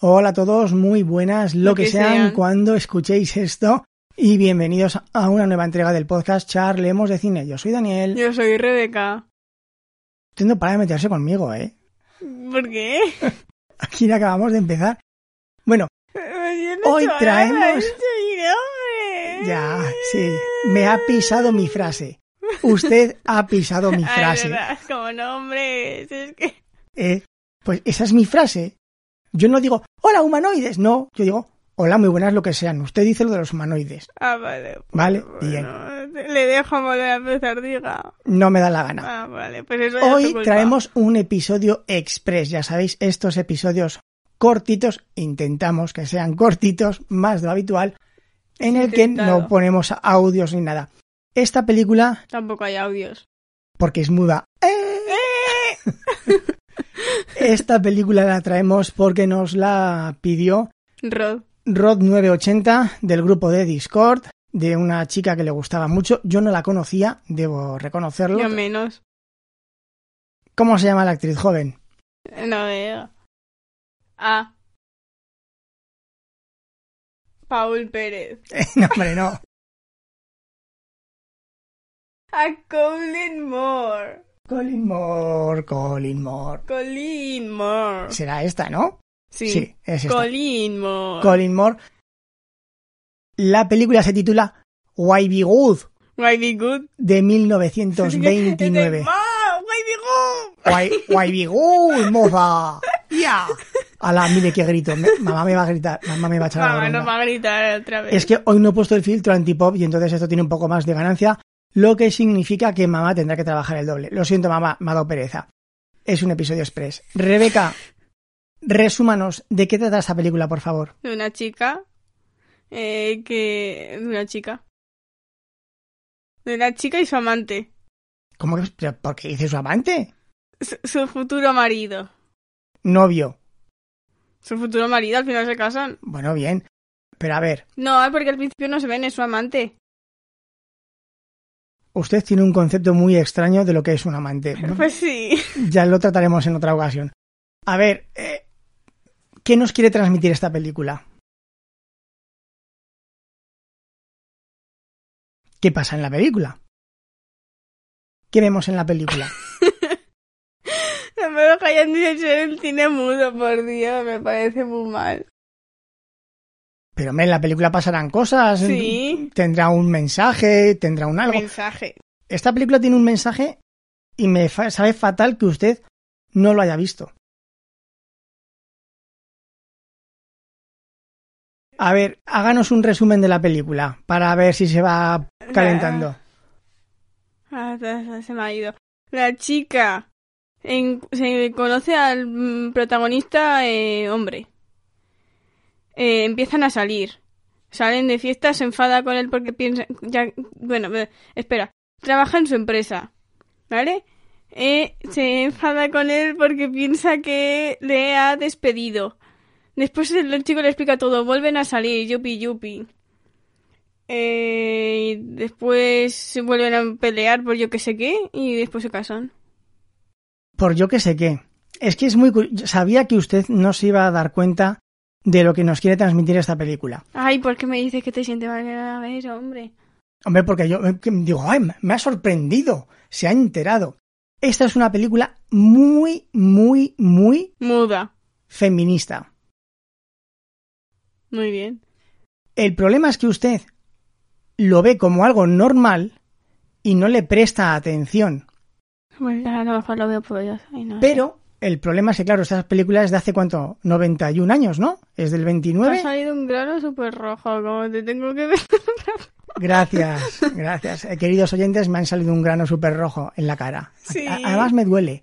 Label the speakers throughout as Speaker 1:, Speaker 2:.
Speaker 1: Hola a todos, muy buenas, lo, lo que, que sean, sean, cuando escuchéis esto. Y bienvenidos a una nueva entrega del podcast Charlemos de Cine. Yo soy Daniel.
Speaker 2: Yo soy Rebeca.
Speaker 1: Tendo para de meterse conmigo, ¿eh?
Speaker 2: ¿Por qué?
Speaker 1: Aquí acabamos de empezar. Bueno,
Speaker 2: Pues
Speaker 1: no hoy traemos... Nada,
Speaker 2: no
Speaker 1: ya, sí. Me ha pisado mi frase. Usted ha pisado mi frase.
Speaker 2: Ay, verdad, como nombres, es que...
Speaker 1: Eh, pues esa es mi frase. Yo no digo, hola humanoides, no, yo digo, hola muy buenas lo que sean. Usted dice lo de los humanoides.
Speaker 2: Ah, vale. Pues,
Speaker 1: vale,
Speaker 2: bueno, bien. Le dejo volver a empezar, diga.
Speaker 1: No me da la gana.
Speaker 2: Ah, vale, pues eso
Speaker 1: Hoy
Speaker 2: es culpa.
Speaker 1: traemos un episodio express, ya sabéis, estos episodios cortitos, intentamos que sean cortitos, más de lo habitual, en el
Speaker 2: Intentado.
Speaker 1: que no ponemos audios ni nada. Esta película,
Speaker 2: Tampoco hay audios.
Speaker 1: porque es muda, ¡eh! esta película la traemos porque nos la pidió
Speaker 2: Rod.
Speaker 1: Rod980 del grupo de Discord, de una chica que le gustaba mucho. Yo no la conocía, debo reconocerlo.
Speaker 2: Yo menos.
Speaker 1: ¿Cómo se llama la actriz joven?
Speaker 2: No veo. Ah. Paul Pérez.
Speaker 1: no, hombre, no.
Speaker 2: A Colin Moore.
Speaker 1: Colin Moore, Colin Moore.
Speaker 2: Colin Moore.
Speaker 1: Será esta, ¿no?
Speaker 2: Sí.
Speaker 1: es esta.
Speaker 2: Colin Moore.
Speaker 1: Colin Moore. La película se titula Why Be Good
Speaker 2: Why be good?
Speaker 1: de
Speaker 2: Es de-
Speaker 1: 1929.
Speaker 2: ¡Ah! Why be good?
Speaker 1: Why, why Be Good, moza. Ya. Ala, mire qué grito. Me- mamá me va a gritar. Mamá me va a echar la
Speaker 2: Mamá
Speaker 1: bronca.
Speaker 2: nos va a gritar otra vez.
Speaker 1: Es que hoy no he puesto el filtro antipop y entonces esto tiene un poco más de ganancia, lo que significa que mamá tendrá que trabajar el doble. Lo siento, mamá, me ha dado pereza. Es un episodio express. Rebeca, resúmanos, ¿de qué trata esta película, por favor?
Speaker 2: De una chica. Eh, que. De una chica. De una chica y su amante.
Speaker 1: ¿Cómo que? pero ¿Por qué dice su amante?
Speaker 2: Su, su futuro marido.
Speaker 1: Novio.
Speaker 2: Su futuro marido, al final se casan.
Speaker 1: Bueno, bien. Pero a ver,
Speaker 2: No, eh, porque al principio no se ven, es su amante.
Speaker 1: usted tiene un concepto muy extraño de lo que es un amante.
Speaker 2: Pues sí.
Speaker 1: Ya lo trataremos en otra ocasión. A ver, eh, ¿qué nos quiere transmitir esta película? ¿Qué pasa en la película? ¿Qué vemos en la película?
Speaker 2: No me lo que hayan dicho en el cine mudo, por Dios, me parece muy mal.
Speaker 1: Pero hombre, en la película pasarán cosas,
Speaker 2: Sí.
Speaker 1: tendrá un mensaje, tendrá un algo.
Speaker 2: Mensaje.
Speaker 1: Esta película tiene un mensaje y me fa- sabe fatal que usted no lo haya visto. A ver, háganos un resumen de la película para ver si se va calentando.
Speaker 2: Ah, ta- ta- se me ha ido. La chica en- se conoce al mm, protagonista eh, hombre. Eh, empiezan a salir. Salen de fiesta, se enfada con él porque piensa... Ya, bueno, eh, espera. Trabaja en su empresa. ¿Vale? Eh, se enfada con él porque piensa que le ha despedido. Después el el chico le explica todo. Vuelven a salir. Yupi, yupi. Eh, y después se vuelven a pelear por yo que sé qué y después se casan.
Speaker 1: Por yo que sé qué. Es que es muy cu- yo sabía que usted no se iba a dar cuenta de lo que nos quiere transmitir esta película.
Speaker 2: Ay, ¿por qué me dices que te sientes mal a ver, hombre?
Speaker 1: Hombre, porque yo eh, que digo, ay, me ha sorprendido, se ha enterado. Esta es una película muy, muy, muy
Speaker 2: Muda.
Speaker 1: feminista.
Speaker 2: Muy bien.
Speaker 1: El problema es que usted lo ve como algo normal y no le presta atención.
Speaker 2: Bueno, a lo mejor lo veo Pues por ellos. Ay, no.
Speaker 1: Pero el problema es que, claro, estas películas de hace cuánto? 91 años, ¿no? Es del
Speaker 2: Me ha
Speaker 1: 29.
Speaker 2: salido un grano súper rojo, como te tengo que ver.
Speaker 1: Gracias, gracias. Eh, Queridos oyentes, me han salido un grano súper rojo en la cara.
Speaker 2: Sí.
Speaker 1: A- Además me duele.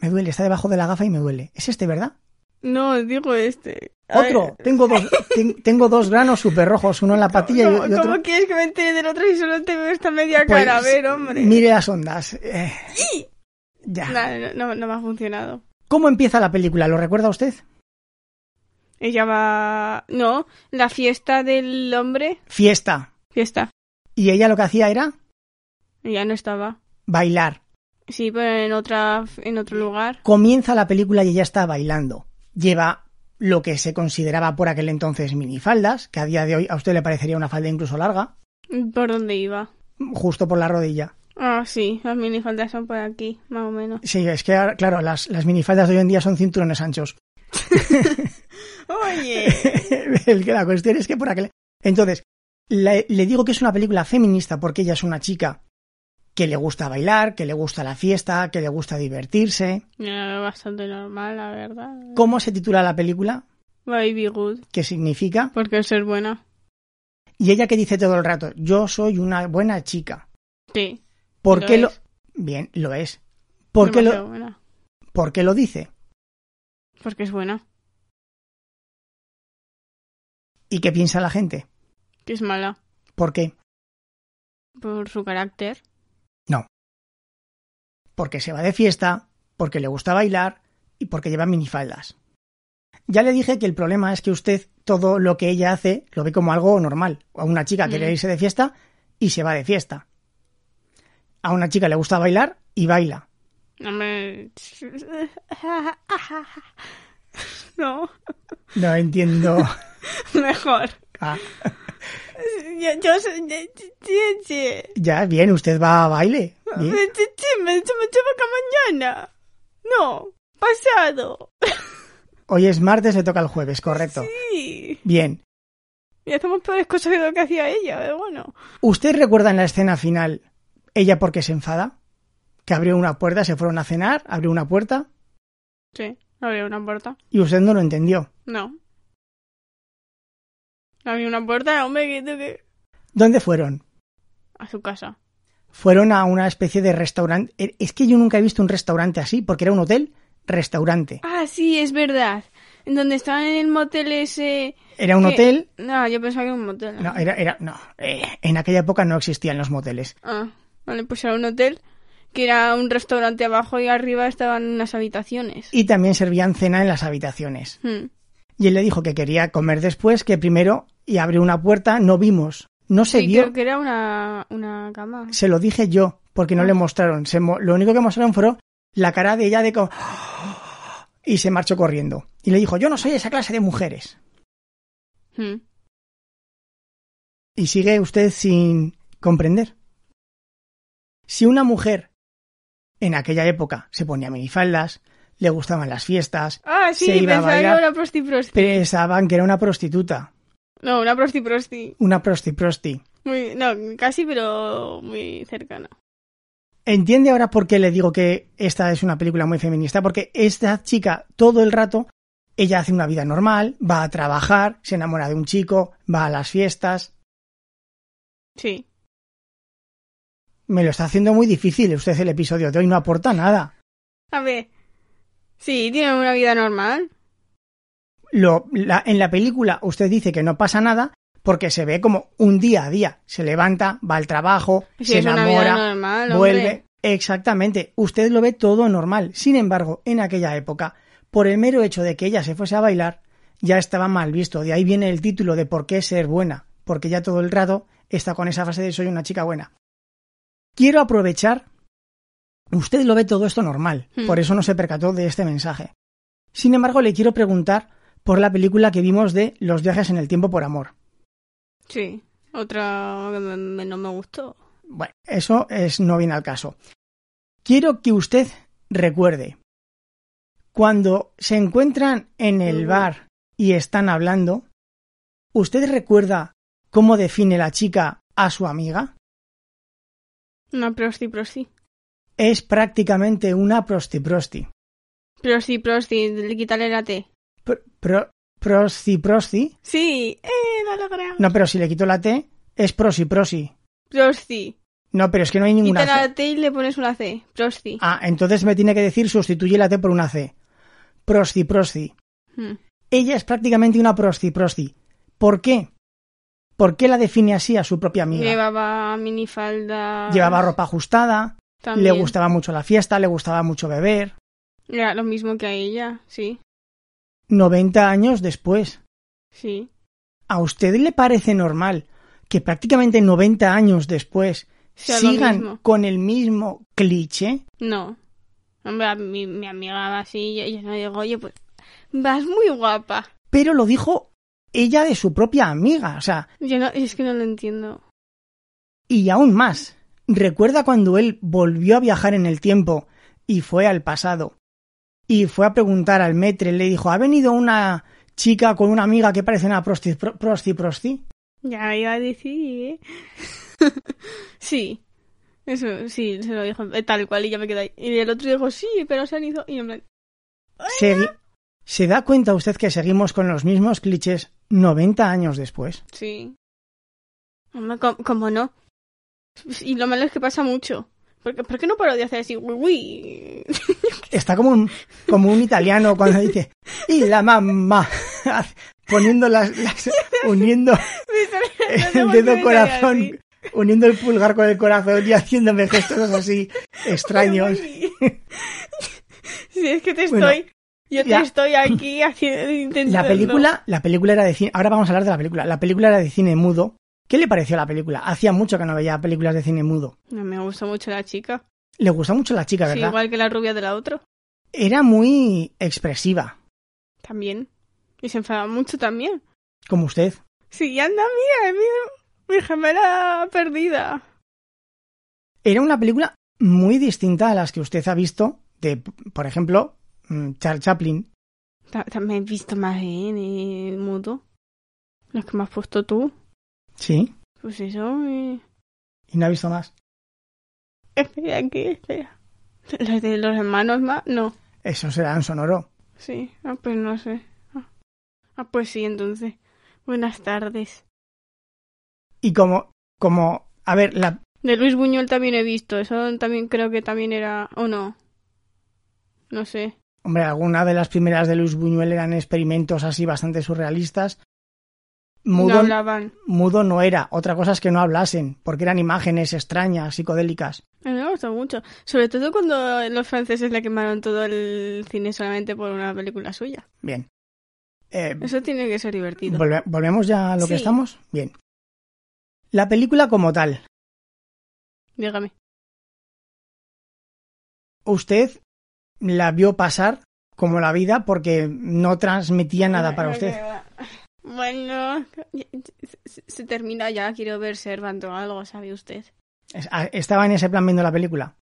Speaker 1: Me duele, está debajo de la gafa y me duele. ¿Es este, verdad?
Speaker 2: No, digo este. A
Speaker 1: Otro.
Speaker 2: ver,
Speaker 1: Tengo dos, ten- tengo dos granos súper rojos, uno en la patilla y-
Speaker 2: ¿Cómo,
Speaker 1: y otro.
Speaker 2: cómo quieres que me entere del otro si solo te veo esta media
Speaker 1: Pues,
Speaker 2: cara? A ver, hombre.
Speaker 1: Mire las ondas. Eh, ya.
Speaker 2: Nah, no, no, no me ha funcionado.
Speaker 1: ¿Cómo empieza la película? ¿Lo recuerda usted?
Speaker 2: Ella va... No, la fiesta del hombre.
Speaker 1: Fiesta.
Speaker 2: Fiesta.
Speaker 1: Y ella lo que hacía era
Speaker 2: Ya no estaba.
Speaker 1: bailar.
Speaker 2: Sí, pero en otra en otro lugar.
Speaker 1: Comienza la película y ella está bailando. Lleva lo que se consideraba por aquel entonces minifaldas, que a día de hoy a usted le parecería una falda incluso larga,
Speaker 2: ¿Por dónde iba?
Speaker 1: justo por la rodilla.
Speaker 2: Ah, sí, las minifaldas son por aquí, más o menos.
Speaker 1: Sí, es que, ahora, claro, las, las minifaldas de hoy en día son cinturones anchos.
Speaker 2: Oye.
Speaker 1: El que- la cuestión es que por aquel... Entonces, la- le digo que es una película feminista porque ella es una chica que le gusta bailar, que le gusta la fiesta, que le gusta divertirse.
Speaker 2: Era bastante normal, la verdad.
Speaker 1: ¿Cómo se titula la película?
Speaker 2: Baby good,
Speaker 1: ¿Qué significa?
Speaker 2: porque ser buena.
Speaker 1: Y ella que dice todo el rato, yo soy una buena chica.
Speaker 2: Sí.
Speaker 1: ¿Por
Speaker 2: lo
Speaker 1: qué lo...?
Speaker 2: es.
Speaker 1: Bien, lo es. ¿Por qué lo,
Speaker 2: Demasiado buena.
Speaker 1: ¿Por qué lo dice?
Speaker 2: Porque es buena,
Speaker 1: ¿Y qué piensa la gente?
Speaker 2: que es mala,
Speaker 1: ¿Por qué?
Speaker 2: por su carácter.
Speaker 1: Porque se va de fiesta, porque le gusta bailar y porque lleva minifaldas. Ya le dije que el problema es que usted todo lo que ella hace lo ve como algo normal. A una chica quiere
Speaker 2: Mm.
Speaker 1: irse de fiesta y se va de fiesta. A una chica le gusta bailar y baila.
Speaker 2: No me... No,
Speaker 1: No entiendo.
Speaker 2: mejor.
Speaker 1: Ah,
Speaker 2: Yo, yo soy... Chiche.
Speaker 1: ya, bien, usted va a baile. Bien.
Speaker 2: Chiche, me se me lleva acá mañana. No, pasado.
Speaker 1: Hoy es martes, le toca el jueves, correcto.
Speaker 2: Sí.
Speaker 1: Bien.
Speaker 2: Y hacemos peores cosas que lo que hacía ella, pero bueno.
Speaker 1: ¿Usted recuerda en la escena final ella por qué se enfada? Que abrió una puerta, se fueron a cenar, abrió una puerta
Speaker 2: Sí, había una puerta.
Speaker 1: y usted no lo entendió.
Speaker 2: No. Había una puerta, hombre, que tú que...
Speaker 1: ¿Dónde fueron?
Speaker 2: A su casa.
Speaker 1: Fueron a una especie de restaurante. Eh, Es que yo nunca he visto un restaurante así, porque era un hotel, restaurante.
Speaker 2: Ah, sí, es verdad. En donde estaban en el motel ese...
Speaker 1: Era un
Speaker 2: ¿Qué?
Speaker 1: hotel.
Speaker 2: No, yo pensaba que era un motel.
Speaker 1: No, era, era, no. eh, en aquella época no existían los moteles.
Speaker 2: Ah, vale, pues era un hotel que era un restaurante abajo y arriba estaban unas habitaciones.
Speaker 1: Y también servían cena en las habitaciones.
Speaker 2: Hmm.
Speaker 1: Y él le dijo que quería comer después, que primero, y abrió una puerta, no vimos. No se
Speaker 2: Sí,
Speaker 1: vio.
Speaker 2: creo que era una, una cama.
Speaker 1: se lo dije yo, porque no
Speaker 2: Ah.
Speaker 1: le mostraron. Se mo- lo único que mostraron fue la cara de ella de como... Y se marchó corriendo. Y le dijo, yo no soy esa clase de mujeres.
Speaker 2: Hmm.
Speaker 1: Y sigue usted sin comprender. Si una mujer en aquella época se ponía minifaldas, le gustaban las fiestas,
Speaker 2: Ah, sí,
Speaker 1: Se iba a
Speaker 2: pensaba que
Speaker 1: bailar.
Speaker 2: era una prosti prosti.
Speaker 1: pensaban que era una prostituta,
Speaker 2: No, una prosti prosti.
Speaker 1: una prosti prosti.
Speaker 2: Muy, no, casi, pero muy cercana.
Speaker 1: ¿Entiende ahora por qué le digo que esta es una película muy feminista? Porque esta chica todo el rato, ella hace una vida normal, va a trabajar, se enamora de un chico, va a las fiestas.
Speaker 2: Sí.
Speaker 1: Me lo está haciendo muy difícil. Usted el episodio de hoy no aporta nada.
Speaker 2: A ver. Sí, tiene una vida normal.
Speaker 1: Lo- la- en la película usted dice que no pasa nada porque se ve como un día a día. Se levanta, va al trabajo,
Speaker 2: Sí,
Speaker 1: se
Speaker 2: es una vida
Speaker 1: enamora,
Speaker 2: normal, hombre.
Speaker 1: vuelve. Exactamente, usted lo ve todo normal. Sin embargo, en aquella época, por el mero hecho de que ella se fuese a bailar, ya estaba mal visto. De ahí viene el título de por qué ser buena, porque ya todo el rato está con esa frase de soy una chica buena. Quiero aprovechar. Usted lo ve todo esto normal,
Speaker 2: Hmm.
Speaker 1: por eso no se percató de este mensaje. Sin embargo, le quiero preguntar por la película que vimos de Los viajes en el tiempo por amor.
Speaker 2: Sí. Otra que me- me- no me gustó.
Speaker 1: Bueno, eso es, no viene al caso. Quiero que usted recuerde, cuando se encuentran en el
Speaker 2: Ujú.
Speaker 1: bar y están hablando, ¿usted recuerda cómo define la chica a su amiga?
Speaker 2: Una prosti prosti.
Speaker 1: Es prácticamente una prosti-prosti.
Speaker 2: Prosti prosti, quitarle la T.
Speaker 1: Pr- pro- Prosti-prosti.
Speaker 2: Sí, eh, la logramos.
Speaker 1: No, pero si le quito la T, es prosi-prosi.
Speaker 2: Prosti.
Speaker 1: No, pero es que no hay ninguna
Speaker 2: Quita
Speaker 1: C.
Speaker 2: la T y le pones una C. Prosti.
Speaker 1: Ah, entonces me tiene que decir sustituye la T por una C. Prosti-prosti.
Speaker 2: Hmm.
Speaker 1: Ella es prácticamente una prosti prosti. ¿Por qué? ¿Por qué la define así a su propia amiga?
Speaker 2: Llevaba minifalda.
Speaker 1: Llevaba ropa ajustada,
Speaker 2: también.
Speaker 1: le gustaba mucho la fiesta, le gustaba mucho beber.
Speaker 2: Era lo mismo que a ella, sí.
Speaker 1: 90 años después,
Speaker 2: Sí.
Speaker 1: ¿a usted le parece normal que prácticamente 90 años después
Speaker 2: Sea lo
Speaker 1: sigan
Speaker 2: mismo.
Speaker 1: con el mismo cliché?
Speaker 2: No. Hombre, a mi, mi amiga va así y ella me dijo, oye, pues Vas muy guapa.
Speaker 1: Pero lo dijo ella de su propia amiga, o sea,
Speaker 2: Yo no, es que no lo entiendo.
Speaker 1: y aún más. Recuerda cuando él volvió a viajar en el tiempo y fue al pasado. Y fue a preguntar al metre, le dijo, ¿ha venido una chica con una amiga que parece una prosti, pro- prosti, prosti?
Speaker 2: Ya iba a decir, ¿eh? sí. Eso, sí, se lo dijo eh, tal cual y ya me quedé ahí. Y el otro dijo, sí, pero se han ido. Y en plan,
Speaker 1: Segui- ¿Se da cuenta usted que seguimos con los mismos clichés 90 años después?
Speaker 2: sí. Hombre, co- ¿cómo no? Y lo malo es que pasa mucho. ¿Por qué, por qué no paro de hacer así? Uy, uy?
Speaker 1: Está como un, como un italiano cuando dice, y la mamá, poniendo las, las- uniendo
Speaker 2: Me sale- no sé
Speaker 1: el
Speaker 2: por qué
Speaker 1: dedo
Speaker 2: me sale así.
Speaker 1: corazón, uniendo el pulgar con el corazón y haciéndome gestos así extraños.
Speaker 2: Sí, es que te estoy.
Speaker 1: Bueno,
Speaker 2: yo te
Speaker 1: la-
Speaker 2: estoy aquí haciendo. intentando-
Speaker 1: La película, la película era de cine. Ahora vamos a hablar de la película. La película era de cine mudo. ¿Qué le pareció la película? Hacía mucho que no veía películas de cine mudo.
Speaker 2: No me gusta mucho la chica.
Speaker 1: Le gustó mucho la chica,
Speaker 2: Sí,
Speaker 1: ¿verdad?
Speaker 2: igual que la rubia de la otra.
Speaker 1: Era muy expresiva,
Speaker 2: También. Y se enfada mucho también.
Speaker 1: como usted.
Speaker 2: Sí, y anda, mira, mi, mi gemela perdida.
Speaker 1: Era una película muy distinta a las que usted ha visto de, por ejemplo, mm, Charles Chaplin.
Speaker 2: Ta- También he visto más en el mudo. Los que me has puesto tú.
Speaker 1: Sí.
Speaker 2: Pues eso. eh.
Speaker 1: Y no ha visto más.
Speaker 2: Espera, aquí, espera. Los de los hermanos más. No.
Speaker 1: Eso será en sonoro.
Speaker 2: Sí, ah, pues no sé. Ah. Ah, pues sí, entonces. Buenas tardes.
Speaker 1: Y como, como, a ver, la,
Speaker 2: De Luis Buñuel también he visto. Eso también creo que también era. ¿O no? No sé.
Speaker 1: Hombre, alguna de las primeras de Luis Buñuel eran experimentos así bastante surrealistas.
Speaker 2: No
Speaker 1: Mudo no,
Speaker 2: hablaban.
Speaker 1: mudo no era, otra cosa es que no hablasen, porque eran imágenes extrañas, psicodélicas.
Speaker 2: A mí me gustó mucho. Sobre todo cuando los franceses le quemaron todo el cine solamente por una película suya.
Speaker 1: Bien. Eh,
Speaker 2: Eso tiene que ser divertido.
Speaker 1: volve- ¿Volvemos ya a lo
Speaker 2: Sí.
Speaker 1: que estamos? Bien. La película como tal,
Speaker 2: Dígame.
Speaker 1: usted la vio pasar como la vida porque no transmitía nada para usted.
Speaker 2: Bueno, se, se termina ya. Quiero ver Servant o algo, ¿sabe usted?
Speaker 1: Es- a- Estaba en ese plan viendo la película.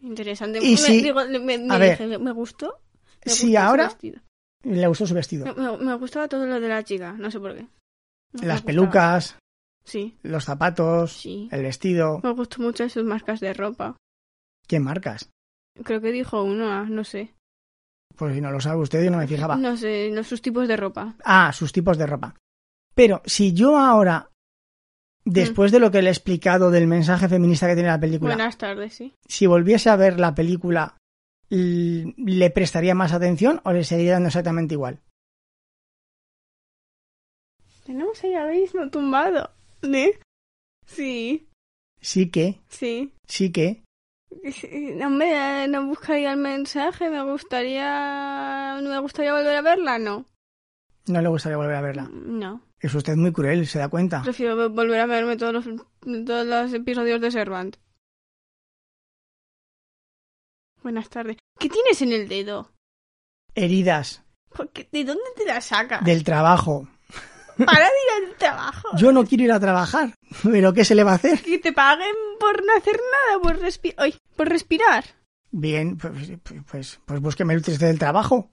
Speaker 2: Interesante.
Speaker 1: Y
Speaker 2: me,
Speaker 1: si-
Speaker 2: digo, me, me
Speaker 1: a ver.
Speaker 2: dije, me gustó. Me
Speaker 1: Si
Speaker 2: gustó ese
Speaker 1: ahora-
Speaker 2: vestido.
Speaker 1: Le gustó su vestido.
Speaker 2: Me, me- me gustaba todo lo de la chica, no sé por qué. Me- me
Speaker 1: Las
Speaker 2: gustaba.
Speaker 1: pelucas,
Speaker 2: Sí,
Speaker 1: los zapatos,
Speaker 2: sí.
Speaker 1: el vestido.
Speaker 2: Me gustó mucho sus marcas de ropa.
Speaker 1: ¿Qué marcas?
Speaker 2: Creo que dijo una, no sé.
Speaker 1: Pues si no lo sabe usted, yo no me fijaba.
Speaker 2: No sé, no, sus tipos de ropa.
Speaker 1: Ah, sus tipos de ropa. Pero si yo ahora, después de lo que le he explicado del mensaje feminista que tiene la película,
Speaker 2: Buenas tardes, sí.
Speaker 1: si volviese a ver la película, l- ¿le prestaría más atención o le seguiría dando exactamente igual?
Speaker 2: Tenemos ahí ahora mismo tumbado, ¿eh? Sí,
Speaker 1: Sí que,
Speaker 2: sí.
Speaker 1: sí que.
Speaker 2: Sí, No me no buscaría el mensaje, me gustaría... ¿Me gustaría volver a verla? No.
Speaker 1: No le gustaría volver a verla.
Speaker 2: No.
Speaker 1: Es usted muy cruel, se da cuenta.
Speaker 2: Prefiero vo- volver a verme todos los, todos los episodios de Servant. Buenas tardes. ¿Qué tienes en el dedo?
Speaker 1: Heridas
Speaker 2: ¿Por qué- ¿De dónde te la sacas?
Speaker 1: del trabajo.
Speaker 2: Para de ir al trabajo.
Speaker 1: Yo no quiero ir a trabajar, pero ¿qué se le va a hacer?
Speaker 2: Que te paguen por no hacer nada, por, respi- ay, por respirar.
Speaker 1: Bien, pues, pues, pues, pues búsqueme el triste del trabajo.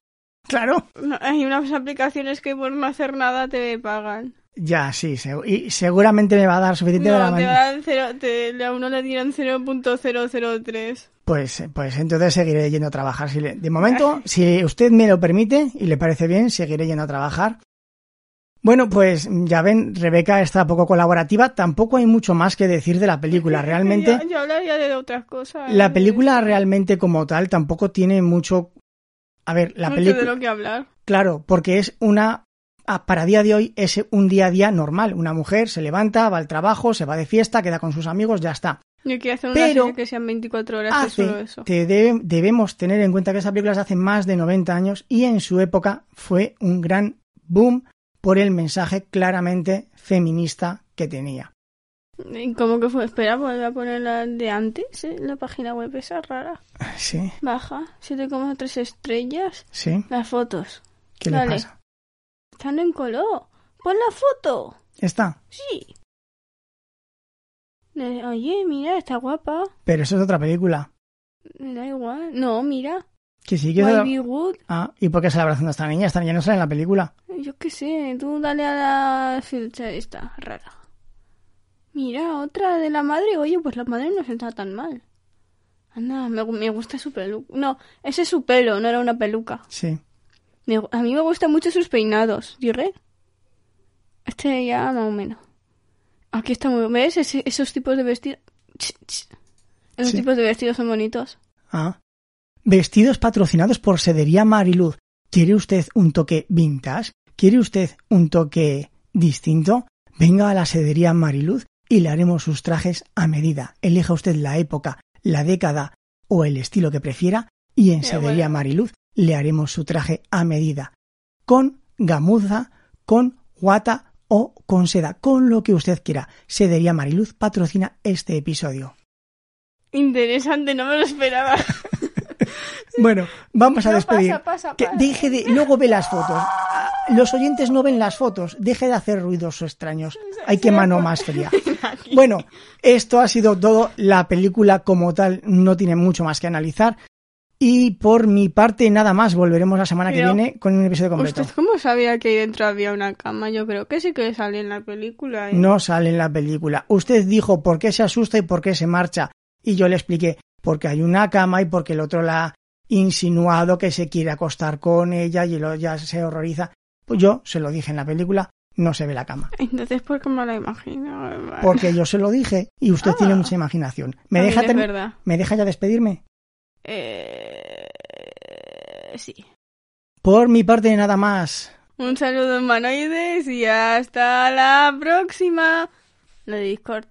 Speaker 1: Claro.
Speaker 2: No, hay unas aplicaciones que por no hacer nada te pagan.
Speaker 1: Ya, sí, se- y seguramente me va a dar suficiente para
Speaker 2: No,
Speaker 1: la
Speaker 2: te
Speaker 1: mañana.
Speaker 2: dan cero, te, a uno le dieron 0.003.
Speaker 1: Pues, eh, pues entonces seguiré yendo a trabajar. Si le- de momento, si usted me lo permite y le parece bien, seguiré yendo a trabajar. Bueno, pues ya ven, Rebeca está poco colaborativa. Tampoco hay mucho más que decir de la película. Realmente,
Speaker 2: Yo, yo hablaría de otras cosas.
Speaker 1: la
Speaker 2: de-
Speaker 1: película realmente como tal tampoco tiene mucho... A ver, la
Speaker 2: mucho de
Speaker 1: película...
Speaker 2: lo que hablar.
Speaker 1: Claro, porque es una... ah, Para día de hoy es un día a día normal. Una mujer se levanta, va al trabajo, se va de fiesta, queda con sus amigos, ya está.
Speaker 2: Yo quiero hacer una
Speaker 1: Pero
Speaker 2: serie que sean 24 horas de
Speaker 1: hace-
Speaker 2: solo eso.
Speaker 1: te debe- debemos tener en cuenta que esa película se hace más de 90 años y en su época fue un gran boom por el mensaje claramente feminista que tenía.
Speaker 2: ¿Y ¿Cómo que fue? Espera, vuelve a poner la de antes, eh, la página web esa rara.
Speaker 1: Sí,
Speaker 2: Baja, 7,3 estrellas.
Speaker 1: sí.
Speaker 2: Las fotos.
Speaker 1: ¿Qué
Speaker 2: Dale.
Speaker 1: le pasa?
Speaker 2: Están en color. Pon la foto.
Speaker 1: Está.
Speaker 2: Sí. Eh, Oye, mira, está guapa.
Speaker 1: Pero eso es otra película.
Speaker 2: Me da igual. No, mira.
Speaker 1: Que sí que es
Speaker 2: Why
Speaker 1: otra-
Speaker 2: be good?
Speaker 1: Ah, ¿y por qué se la abrazando a esta niña? Esta niña no sale en la película.
Speaker 2: Yo qué sé. Tú dale a la filcha esta rara. Mira, otra de la madre. Oye, pues la madre no se está tan mal. Anda, me, gu- me gusta su peluca. No, ese es su pelo, no era una peluca.
Speaker 1: Sí.
Speaker 2: Me gu- a mí me gustan mucho sus peinados, diré. Este ya más o menos. Aquí está muy ¿Ves? Ese- esos tipos de vestidos. Esos
Speaker 1: Sí.
Speaker 2: tipos de vestidos son bonitos.
Speaker 1: Ah. Vestidos patrocinados por Sedería Mariluz. ¿Quiere usted un toque vintage? ¿Quiere usted un toque distinto? Venga a la Sedería Mariluz y le haremos sus trajes a medida. Elija usted la época, la década o el estilo que prefiera y en
Speaker 2: Qué
Speaker 1: Sedería
Speaker 2: Eh, bueno.
Speaker 1: Mariluz le haremos su traje a medida. Con gamuza, con guata o con seda, con lo que usted quiera. Sedería Mariluz patrocina este episodio.
Speaker 2: Interesante, no me lo esperaba.
Speaker 1: Bueno, vamos a
Speaker 2: No,
Speaker 1: despedir.
Speaker 2: pasa, pasa,
Speaker 1: Que
Speaker 2: pasa.
Speaker 1: deje de. Luego ve las fotos. Ah, Los oyentes no ven las fotos. Deje de hacer ruidos extraños. Hay que mano más fría. Bueno, esto ha sido todo. La película como tal no tiene mucho más que analizar. Y por mi parte, nada más. Volveremos la semana que
Speaker 2: Pero-
Speaker 1: viene con un episodio completo.
Speaker 2: ¿Usted cómo sabía que ahí dentro había una cama? Yo creo que sí que sale en la película. ¿eh?
Speaker 1: No sale en la película. Usted dijo por qué se asusta y por qué se marcha. Y yo le expliqué porque hay una cama y porque el otro la ha insinuado que se quiere acostar con ella y lo, ya se horroriza. Pues yo se lo dije en la película, no se ve la cama.
Speaker 2: Entonces, ¿por qué me la imagino?
Speaker 1: Porque yo se lo dije y usted
Speaker 2: Ah.
Speaker 1: tiene mucha imaginación. ¿Me
Speaker 2: También
Speaker 1: deja,
Speaker 2: es
Speaker 1: term-
Speaker 2: verdad.
Speaker 1: ¿Me deja ya despedirme?
Speaker 2: Eh... Sí.
Speaker 1: Por mi parte, nada más.
Speaker 2: Un saludo humanoides y hasta la próxima. La de Discord.